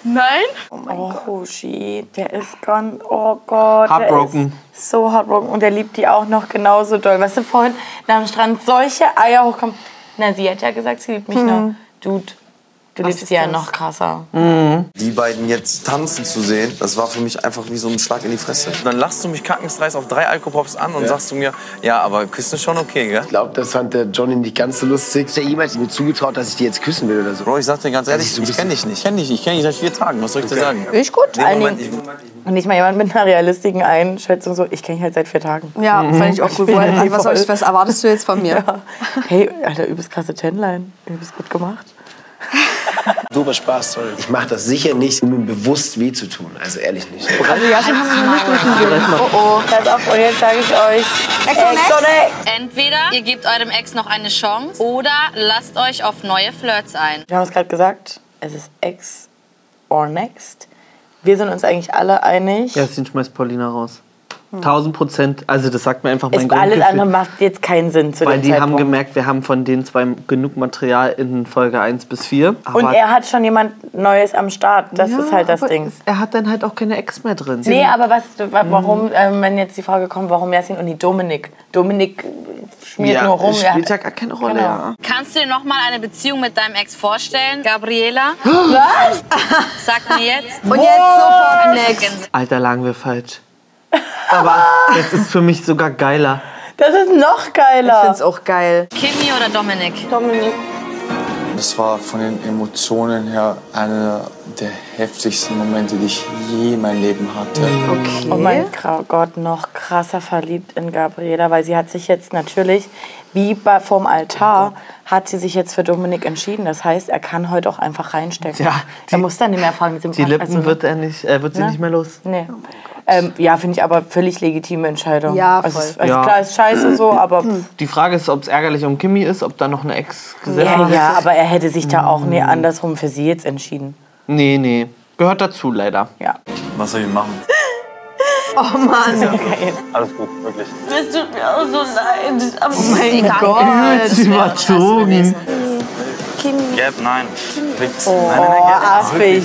Nein?
Oh, Hoshi, der ist gone. Oh Gott. der
Heartbroken.
ist So heartbroken. Und der liebt die auch noch genauso doll. Weißt du, vorhin nach dem Strand solche Eier hochkommen. Na, sie hat ja gesagt, sie liebt mich noch. Dude, du liebst sie ja noch krasser.
Die beiden jetzt tanzen zu sehen, das war für mich einfach wie so ein Schlag in die Fresse. Dann lachst du mich kackensdreist auf drei Alkopops an und sagst du mir, ja, aber küssen ist schon okay, gell?
Ich glaube, das fand der Johnny nicht ganz so lustig. Ist er jemals mir zugetraut, dass ich die jetzt küssen will oder so?
Bro, ich sag dir ganz ehrlich,
so ein
ich kenn dich nicht, ich kenn dich nicht, ich kenn dich seit vier Tagen, was soll ich dir sagen?
Ich gut.
Nee, Moment,
Einigen. Und nicht mal jemand mit einer realistischen Einschätzung so, ich kenne ihn halt seit vier Tagen.
Ja, fand ich auch gut. Woher- Was, soll ich, was erwartest du jetzt von mir?
Hey, Alter, übelst krasse Tenline. Übelst gut gemacht.
Dober Spaß, sorry. Ich mache das sicher nicht, um ihm bewusst weh zu tun. Also ehrlich nicht.
Oh oh, pass auf, und jetzt sage ich euch. Exonex!
Entweder ihr gebt eurem Ex noch eine Chance oder lasst euch auf neue Flirts ein.
Wir haben es gerade gesagt, es ist Ex or Next. Wir sind uns eigentlich alle einig.
Jasmin schmeißt Paulina raus. 1000 Prozent. Also das sagt mir einfach mein
es, Hm. alles
Grundgefühl.
andere macht jetzt keinen Sinn zu
Weil
dem
die haben
Zeitpunkt.
gemerkt, wir haben von den zwei genug Material in Folge 1 bis 4. Aber
und er hat schon jemand Neues am Start. Das
Ja,
ist halt das
aber
Ding.
Er hat dann halt auch keine Ex mehr drin.
Nee, aber was, wa- warum, ähm, wenn jetzt die Frage kommt, warum Yasin und nicht Dominik? Dominik äh, schmiert
ja,
nur rum.
es
er
spielt ja
hat-
gar keine Rolle.
Genau.
Ja.
Kannst du dir noch mal eine Beziehung mit deinem Ex vorstellen? Gabriela,
Was?
sag mir jetzt.
Und jetzt sofort next.
Gänse-
Alter, lagen wir falsch. Aber das ist für mich sogar geiler.
Das ist noch
Ich
geiler.
find's auch geil.
Kimi oder Dominik?
Dominik.
das war von den Emotionen her einer der heftigsten Momente, die ich je in meinem Leben hatte.
Okay. Oh mein Gra- Gott, noch krasser verliebt in Gabriela, weil sie hat sich jetzt natürlich, wie bei, vom
Oh
Altar, hat sie sich jetzt für Dominik entschieden. Das heißt, er kann heute auch einfach reinstecken.
Ja,
er muss dann nicht mehr fragen. sie-
Die Lippen
also-
wird, er nicht, äh, wird sie
Ne?
nicht mehr los.
Nee. ähm, ja, finde ich aber völlig legitime Entscheidung.
Ja,
also,
voll.
es- also
Ja. Hm.
Klar, ist scheiße so, aber...
Die Frage ist, ob es ärgerlich um Kimi ist, ob da noch eine Ex gesetzt
Ja,
ist.
ja, aber er hätte sich da auch
Hm.
nee, andersrum für sie jetzt entschieden.
Nee, nee. Gehört dazu, leider.
Ja.
Was soll ich machen?
Oh Mann.
Alles gut, wirklich.
Es tut mir auch so leid.
Aber
oh mein
egal.
Gott.
Übelst überzogen.
Gelb, nein.
Oh,
nein, nein, gelb, nein.
affig.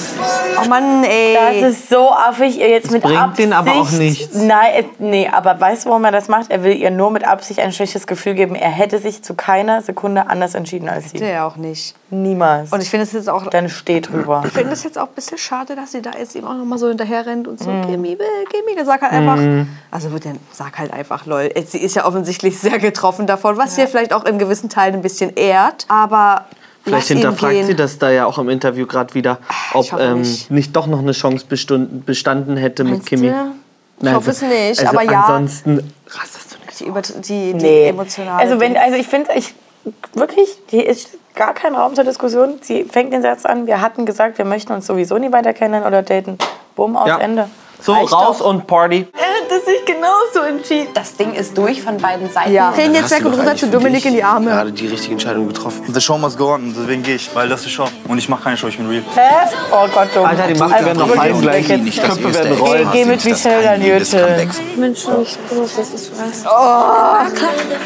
Oh Mann, ey.
Das ist so affig, ihr jetzt mit
bringt
Absicht.
denen aber auch nichts.
Nein, äh, nee, aber weißt du, warum er das macht? Er will ihr nur mit Absicht ein schlechtes Gefühl geben. Er hätte sich zu keiner Sekunde anders entschieden als sie.
Hätte er auch nicht.
Niemals.
Und ich finde es jetzt auch.
Dann steht drüber.
Ich finde es jetzt auch ein bisschen schade, dass sie da jetzt eben auch noch mal so hinterher rennt und so, Kimi, äh, Kimi, der sagt halt einfach, also wird der, sag halt einfach, lol, Jetzt, sie ist ja offensichtlich sehr getroffen davon, was hier vielleicht auch in gewissen Teilen ein bisschen ehrt, aber
Vielleicht
lass ihn
hinterfragt
gehen.
sie das da ja auch im Interview gerade wieder, ob
hoffe
ähm,
nicht.
nicht doch noch eine Chance bestun- bestanden hätte mit
Meinst
Kimi.
du? Ich hoffe es nicht,
also
aber ja.
Ansonsten,
Die, über, die, die
Nee.
emotionale.
Also, wenn, also ich finde, ich, wirklich, hier ist gar kein Raum zur Diskussion. Sie fängt den Satz an, wir hatten gesagt, wir möchten uns sowieso nie weiter kennenlernen oder daten. Bumm, aus
Ja.
Ende. Ah,
so
Reicht
raus
doch.
und Party.
Er hätte sich genauso entschieden. Das Ding ist durch von beiden Seiten.
ja, renn
Hast
jetzt
du
weg und
doch
runter
eigentlich
zu
für
Dominik
dich
in die Arme.
Gerade die richtige Entscheidung getroffen.
The show must go on, deswegen gehe ich, weil das ist Show. Und ich mache keine Show, ich bin real.
Hä? Oh Gott, dumm.
Alter, die Macht
Also
werden noch
wirklich
fallen gleich.
weg jetzt.
Die Köpfe werden rollen.
Geh, geh mit wie schnell dein Jötel.
Mensch, ich groß, das ist was.
Oh,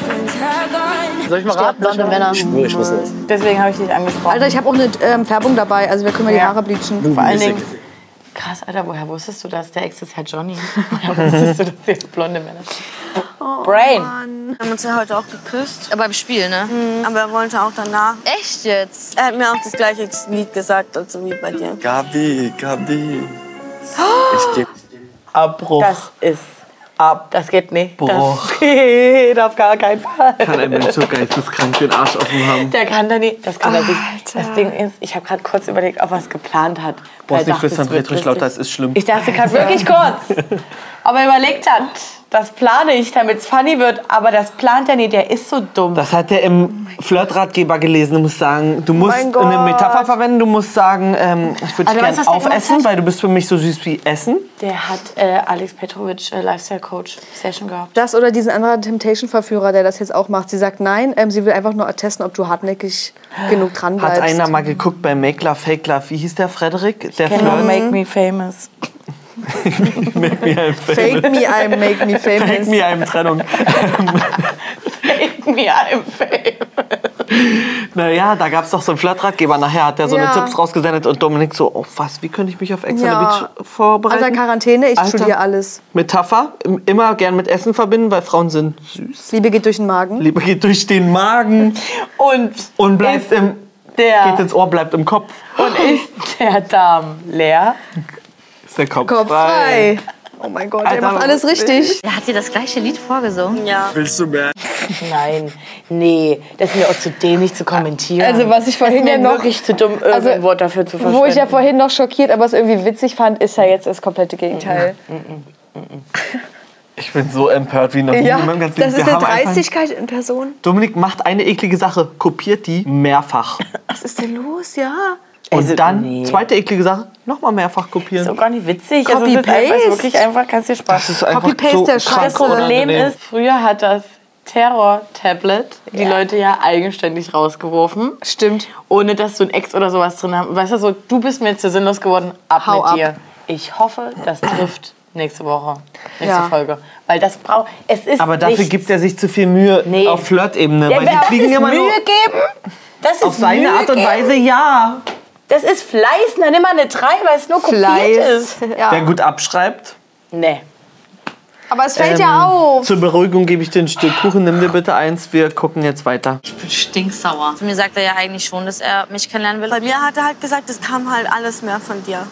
Soll ich mal raten? Blonde Männer.
Schwur, ich muss los.
Deswegen habe ich dich angesprochen.
Alter, ich habe auch eine ähm, Färbung dabei, also wir können mal die
Ja.
Haare bleachen.
Vor allen Dingen. Krass, Alter, woher wusstest du das? Der Ex ist Herr Johnny. Woher wusstest du, dass wir blonde Männer Brain.
Mann.
Wir haben uns ja heute auch geküsst. Aber im Spiel, ne?
Mhm.
Aber er wollte auch danach.
Echt jetzt?
Er hat mir auch das gleiche Lied gesagt, also wie bei dir.
Gabi, Gabi. Ich geb
Abbruch.
Das ist. Ab. Das geht nicht.
Bruch.
Das geht auf gar keinen Fall.
Kann ein Mensch so geisteskrank den Arsch offen haben?
Der kann da nicht. Das kann er nicht. Das Ding ist, ich habe gerade kurz überlegt, ob er es geplant hat.
Boah,
Weil
ist nicht
er dachte,
Christian
es wird
Friedrich lauter,
lustig.
das ist schlimm.
Ich dachte gerade wirklich kurz. Aber er überlegt hat, das plane ich, damit es funny wird. Aber das plant er nicht. Der ist so dumm.
Das hat er im Flirtratgeber gelesen. Du musst sagen, du musst
Mein Gott.
eine Metapher verwenden. Du musst sagen, ähm, ich würde dich
Aber weißt du,
gerne
was der gemacht
aufessen,
hat?
weil du bist für mich so süß wie Essen.
Der hat äh, Alex Petrovic äh, Lifestyle Coach Session gehabt.
Das oder diesen anderen Temptation-Verführer, der das jetzt auch macht. Sie sagt nein, ähm, sie will einfach nur testen, ob du hartnäckig genug dran
Hat
bleibst.
einer mal geguckt bei Make Love, Fake Love. Wie hieß der, Frederik? Der
Can you
Genau.
Flirt?
make me famous?
Make me I'm famous.
Fake me, I make me famous.
Fake me I'm Trennung.
Make me I'm famous.
Naja, da gab es doch so einen Flirtratgeber. Nachher hat er so
Ja.
eine Tipps rausgesendet und Dominik so, oh was, wie könnte ich mich auf Ex on the
Ja.
Beach vorbereiten?
Alter, Quarantäne, ich
Alter.
studiere alles.
Metapher, im- immer gern mit Essen verbinden, weil Frauen sind süß.
Liebe geht durch den Magen.
Liebe geht durch den Magen
Und äh,
und bleibt im,
der
geht ins Ohr, bleibt im Kopf.
und ist der Darm leer?
Ist der Kopf,
Kopf frei. Oh mein Gott, er
Alter,
macht alles richtig.
Er hat dir das gleiche Lied vorgesungen. Ja.
Willst du mehr?
Nein, nee, das ist mir auch zu dämlich zu kommentieren.
Also, was ich vorhin
das ist mir
ja noch-
wirklich zu dumm, irgendein
Also,
Wort dafür zu verschwenden.
Wo ich ja vorhin noch schockiert, aber es irgendwie witzig fand, ist ja jetzt das komplette Gegenteil.
Ich bin so empört wie noch nie
Ja,
in meinem ganzen
das
Leben.
ist
Wir
eine
haben einfach-
Dreistigkeit in Person.
Dominik macht eine eklige Sache, kopiert die mehrfach.
Was ist denn los? Ja.
Und
Also,
dann
nee.
zweite eklige Sache, nochmal mehrfach kopieren.
ist auch gar nicht witzig. Also, es ist
Copy-paste.
einfach, es ist wirklich einfach, kannst dir Spaß
Das ist einfach
Copy-paste
so
der
krank
Das Problem
unangenehm.
ist, früher hat das Terror-Tablet die Leute ja eigenständig rausgeworfen.
Stimmt.
Ohne dass du ein Ex oder sowas drin haben. Weißt du, so, du bist mir jetzt so sinnlos geworden, ab
Hau
mit
ab.
dir. Ich hoffe, das trifft nächste Woche, nächste
Ja.
Folge. Weil das braucht, es ist
Aber dafür
nichts.
gibt er sich zu viel Mühe
Nee.
auf Flirt-Ebene.
Ja,
weil
wenn
die
das
kriegen
ist
immer nur
Mühe geben, das ist
auf seine
Mühe
Art und
geben.
Weise, ja.
Das ist Fleiß, dann immer eine 3, weil es nur kopiert
Fleiß.
ist.
Wer
Ja.
gut abschreibt, ähm,
Nee.
Aber es fällt ja auf.
zur Beruhigung gebe ich dir ein Stück Kuchen. Nimm dir bitte eins, wir gucken jetzt weiter.
Ich bin stinksauer. Zu mir sagt er ja eigentlich schon, dass er mich kennenlernen will.
Bei mir hat er halt gesagt, es kam halt alles mehr von dir.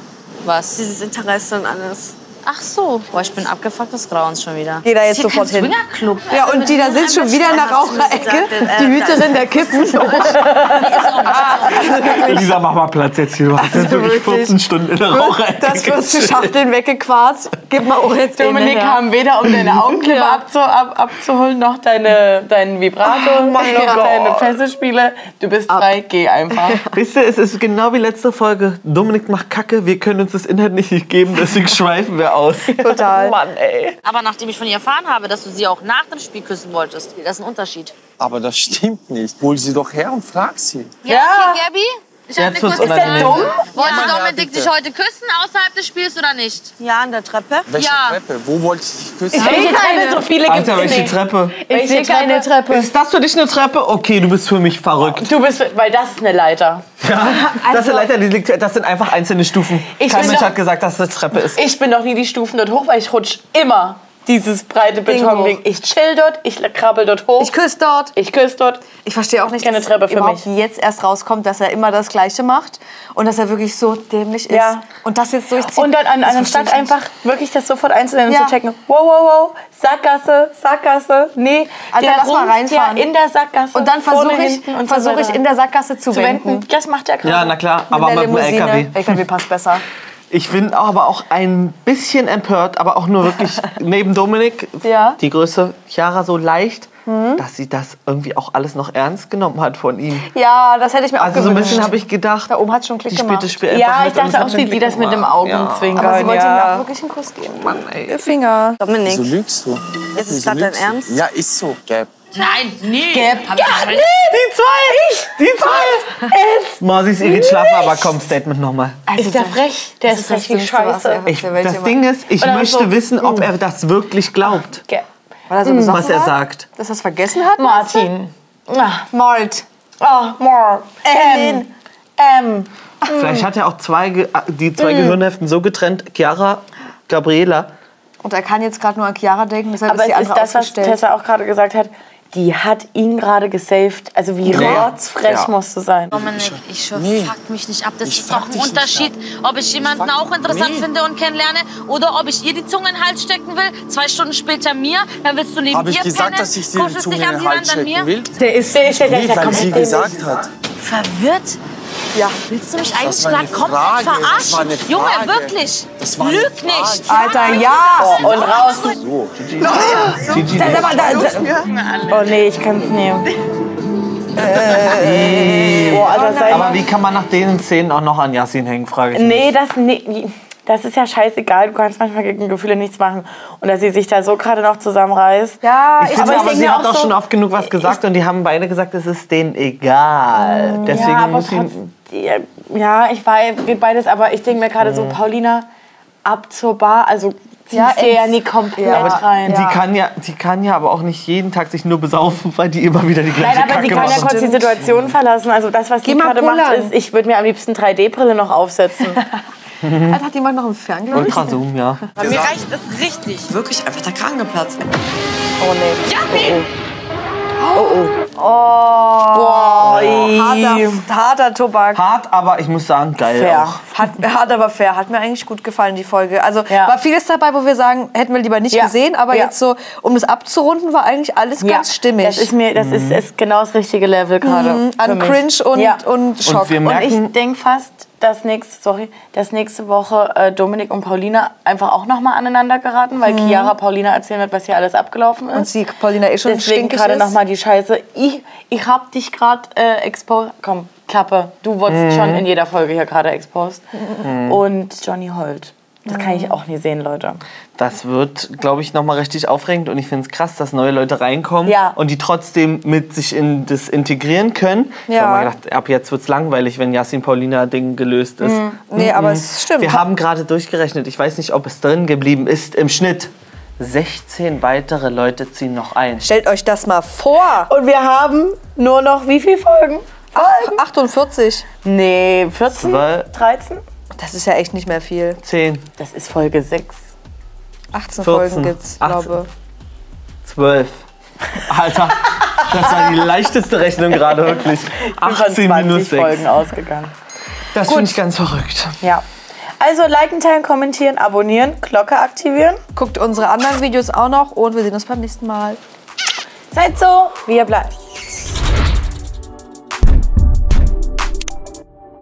Was?
Dieses Interesse und alles.
Ach so. Boah, ich bin abgefuckt des Grauens schon wieder.
Geh da jetzt
Ist hier
sofort
kein
hin.
Swingerclub.
Ja, und die da sitzt schon wieder in der Raucherecke,
äh,
die Hüterin der Kippen.
Lisa, mach mal Platz jetzt hier. Du hast jetzt wirklich 14 Stunden in der Raucherecke.
Das wird zu Schachteln weggequarzt. Gib mal auch jetzt
Dominik kam weder, um deine Augenklippe abzu ab abzuholen, noch deine, deinen Vibrator,
Oh mein
noch
Gott.
deine Fesselspiele. Du bist frei, geh einfach.
Wisst ihr, es ist genau wie letzte Folge. Dominik macht Kacke, wir können uns das inhaltlich nicht geben, deswegen schweifen wir aus.
Total.
Mann, ey.
Aber nachdem ich von ihr erfahren habe, dass du sie auch nach dem Spiel küssen wolltest, das ist ein Unterschied.
Aber das stimmt nicht. Hol sie doch her und frag sie.
Ja, okay, Gabi? Ich
Ja,
habe eine
zu uns
kurze
unangenehm.
Frage.
Dumm?
Wollte
Ja. Ja,
Dominik
bitte.
dich heute küssen außerhalb des Spiels oder nicht?
Ja, an der Treppe.
Welche
ja.
Treppe? Wo wollte ich dich küssen?
Ich sehe keine. So viele
Alter, welche Treppe?
Ich sehe keine Treppe.
Ist das für dich eine Treppe? Okay, du bist für mich verrückt.
Du bist, weil das ist eine Leiter.
das, sind Leiter, die liegt, das sind einfach einzelne Stufen.
Ich
Kein
bin
Mensch
doch-
hat gesagt, dass das eine Treppe ist.
Ich bin doch nie die Stufen dort hoch, weil ich rutsch immer dieses breite Betonding. Ich chill dort, ich krabbel dort hoch. Ich
küsse dort.
Ich küsse dort.
Ich verstehe auch nicht,
Keine
dass
Treppe für
überhaupt
mich.
jetzt erst rauskommt, dass er immer das Gleiche macht und dass er wirklich so dämlich ist
Ja.
und das jetzt durchzieht.
Und dann an,
Das
anstatt
verstehe ich nicht.
einfach wirklich das sofort einzunehmen
Ja.
und zu checken, wow, wow, wow, Sackgasse, Sackgasse, nee,
Alter, lass mal
rumst
reinfahren.
Ja in der Sackgasse.
Und dann
vorne,
versuche ich,
hinten und so
versuche ich
weiter.
in der Sackgasse zu,
zu wenden. Das macht er gerade.
Ja, na klar, aber mit dem LKW.
LKW passt besser.
Ich bin aber auch ein bisschen empört, aber auch nur wirklich neben Dominik,
Ja. Mhm.
die Größe Chiara so leicht, dass sie das irgendwie auch alles noch ernst genommen hat von ihm.
Ja, das hätte ich mir
Also
auch
so ein
gewünscht.
bisschen habe ich gedacht,
da oben hat schon Klick
die
gemacht.
spielt das Spiel einfach mit und es hat schon Klick gemacht.
Aber sie wollte
ja.
ihm auch wirklich einen Kuss geben.
Mann, ey.
Ihr Finger.
Wieso lügst du?
Ist es
Wieso
gerade dein
lügst du?
Ernst?
Ja, ist so. Gap.
äh,
Nein, nee.
Gap.
Hab ich
Ja,
nicht.
Die zwei! Ich! Die zwei! Marsis Irid Schlafen, aber komm, Statement nochmal.
Also
ist der frech? Der ist frech wie Scheiße.
Ich, das Ding ist, ich
Oder
möchte
so,
wissen,
Hm.
ob er das wirklich glaubt,
Weil er so besoffen
was er
war,
sagt.
Dass er es vergessen hat?
Martin.
Malt.
Oh, more. M. M.
Vielleicht hat er auch zwei, Ge- äh, die zwei
Hm.
Gehirnhälften so getrennt, Chiara, Gabriela.
Und er kann jetzt gerade nur an Chiara denken, deshalb
Aber
ist die
es ist
andere
das, was
aufgestellt.
Tessa auch gerade gesagt hat. Die hat ihn gerade gesaved. Also wie
Nee.
rotzfrech
Ja.
musst du sein.
Dominik, ich schwör, fuck mich nicht ab. Das ist
fuck
doch ein
dich nicht
Unterschied, ob ich jemanden auch interessant
Nee.
finde und kennenlerne oder ob ich ihr die Zunge in den Hals stecken will. Zwei Stunden später mir, dann willst du neben
Habe ich
ihr
gesagt,
pennen,
dass ich dir die
kuschelst
Zunge
dich
in
am
den Hals
Siegerrand
stecken
an mir.
will?
Der ist, der ist,
Nee, weil sie gesagt hat.
Verwirrt? Ja. Willst du mich eigentlich
Das war
gerade
eine
komplett
Frage, das war
verarschen?
eine
Junge,
Frage.
wirklich.
Das war eine
Lüg nicht.
Alter, ja!
Oh, und raus.
So, Gigi.
Gigi.
Da- da- da-
Oh nee, ich kann's nehmen. Äh, Boah, Alter, sei
Aber
mal-
wie kann man nach den Szenen auch noch an Yassin hängen, frage ich mich.
Nee, das, nee, das ist ja scheißegal. Du kannst manchmal gegen Gefühle nichts machen. Und dass sie sich da so gerade noch zusammenreißt.
Ja,
Ich finde, aber sie hat auch schon oft genug was gesagt und die haben beide gesagt, es ist denen egal. Deswegen
ja, aber
muss sie.
trotzdem, ja, ich weiß, geht beides, aber ich denke mir gerade
Mhm.
so, Paulina, ab zur Bar. Also, sie
Ja,
ja, ist ja
ins-
nie komplett
Ja, aber
rein.
Die kann, ja, die kann ja aber auch nicht jeden Tag sich nur besaufen, weil die immer wieder die
Nein,
gleiche
aber
Kacke
sie kann ja
machen.
kurz die Situation verlassen. Also das, was
Geh
sie
mal
gerade macht,
pullern.
ist, ich würde mir am liebsten 3D-Brille noch aufsetzen.
Alter, hat jemand noch ein Fernglas?
Ultrazoom, ja.
Bei mir reicht das richtig. Wirklich einfach der Kragen geplatzt.
Oh nee.
Ja, nee.
Boah,
Ui.
harter, harter Tobak.
Hart, aber ich muss sagen, geil
Fair.
auch.
Hat, hart, aber fair. Hat mir eigentlich gut gefallen, die Folge. Also war vieles dabei, wo wir sagen, hätten wir lieber nicht gesehen, aber
Ja.
jetzt so, um das abzurunden, war eigentlich alles ganz stimmig.
Das ist mir, das
Mhm.
ist, ist genau das richtige Level gerade.
Mhm,
für
an
mich.
Cringe und,
Ja.
und Schock.
wir
Und
merken-
ich denke fast, dass nächste, sorry, dass nächste Woche äh, Dominik und Paulina einfach auch nochmal aneinander geraten, weil Chiara Paulina erzählen wird, was hier alles abgelaufen ist.
Mhm. Und sie, Paulina, eh schon
Deswegen
stinkig
gerade
ist.
nochmal die Scheiße. Ich, ich hab dich gerade äh, exposed. Komm, Klappe. Du
Mhm.
wurdest schon in jeder Folge hier gerade exposed. Und Johnny Holt. Das kann
Mhm.
ich auch nie sehen, Leute.
Das wird, glaube ich, nochmal richtig aufregend und ich finde es krass, dass neue Leute reinkommen
Ja.
und die trotzdem mit sich in das integrieren können. Ich
Ja.
habe mal gedacht, ab jetzt wird es langweilig, wenn Yassin Paulina Ding gelöst ist.
Nee, aber es stimmt.
Wir haben gerade durchgerechnet, ich weiß nicht, ob es drin geblieben ist im Schnitt. 16 weitere Leute ziehen noch ein.
Stellt euch das mal vor.
Und wir haben nur noch wie viele Folgen?
Ach, 48.
Nee, 14?
Zwei.
13?
Das ist ja echt nicht mehr viel.
10,
Das ist Folge 6.
14,
18 Folgen gibt's,
18.
glaube
12. Alter, das war die leichteste Rechnung gerade wirklich.
Ich bin von
18 minus 6.
Folgen ausgegangen.
Das finde ich ganz verrückt.
Ja. Also liken, teilen, kommentieren, abonnieren, Glocke aktivieren.
Guckt unsere anderen Videos auch noch und wir sehen uns beim nächsten Mal.
Seid so, wie ihr bleibt.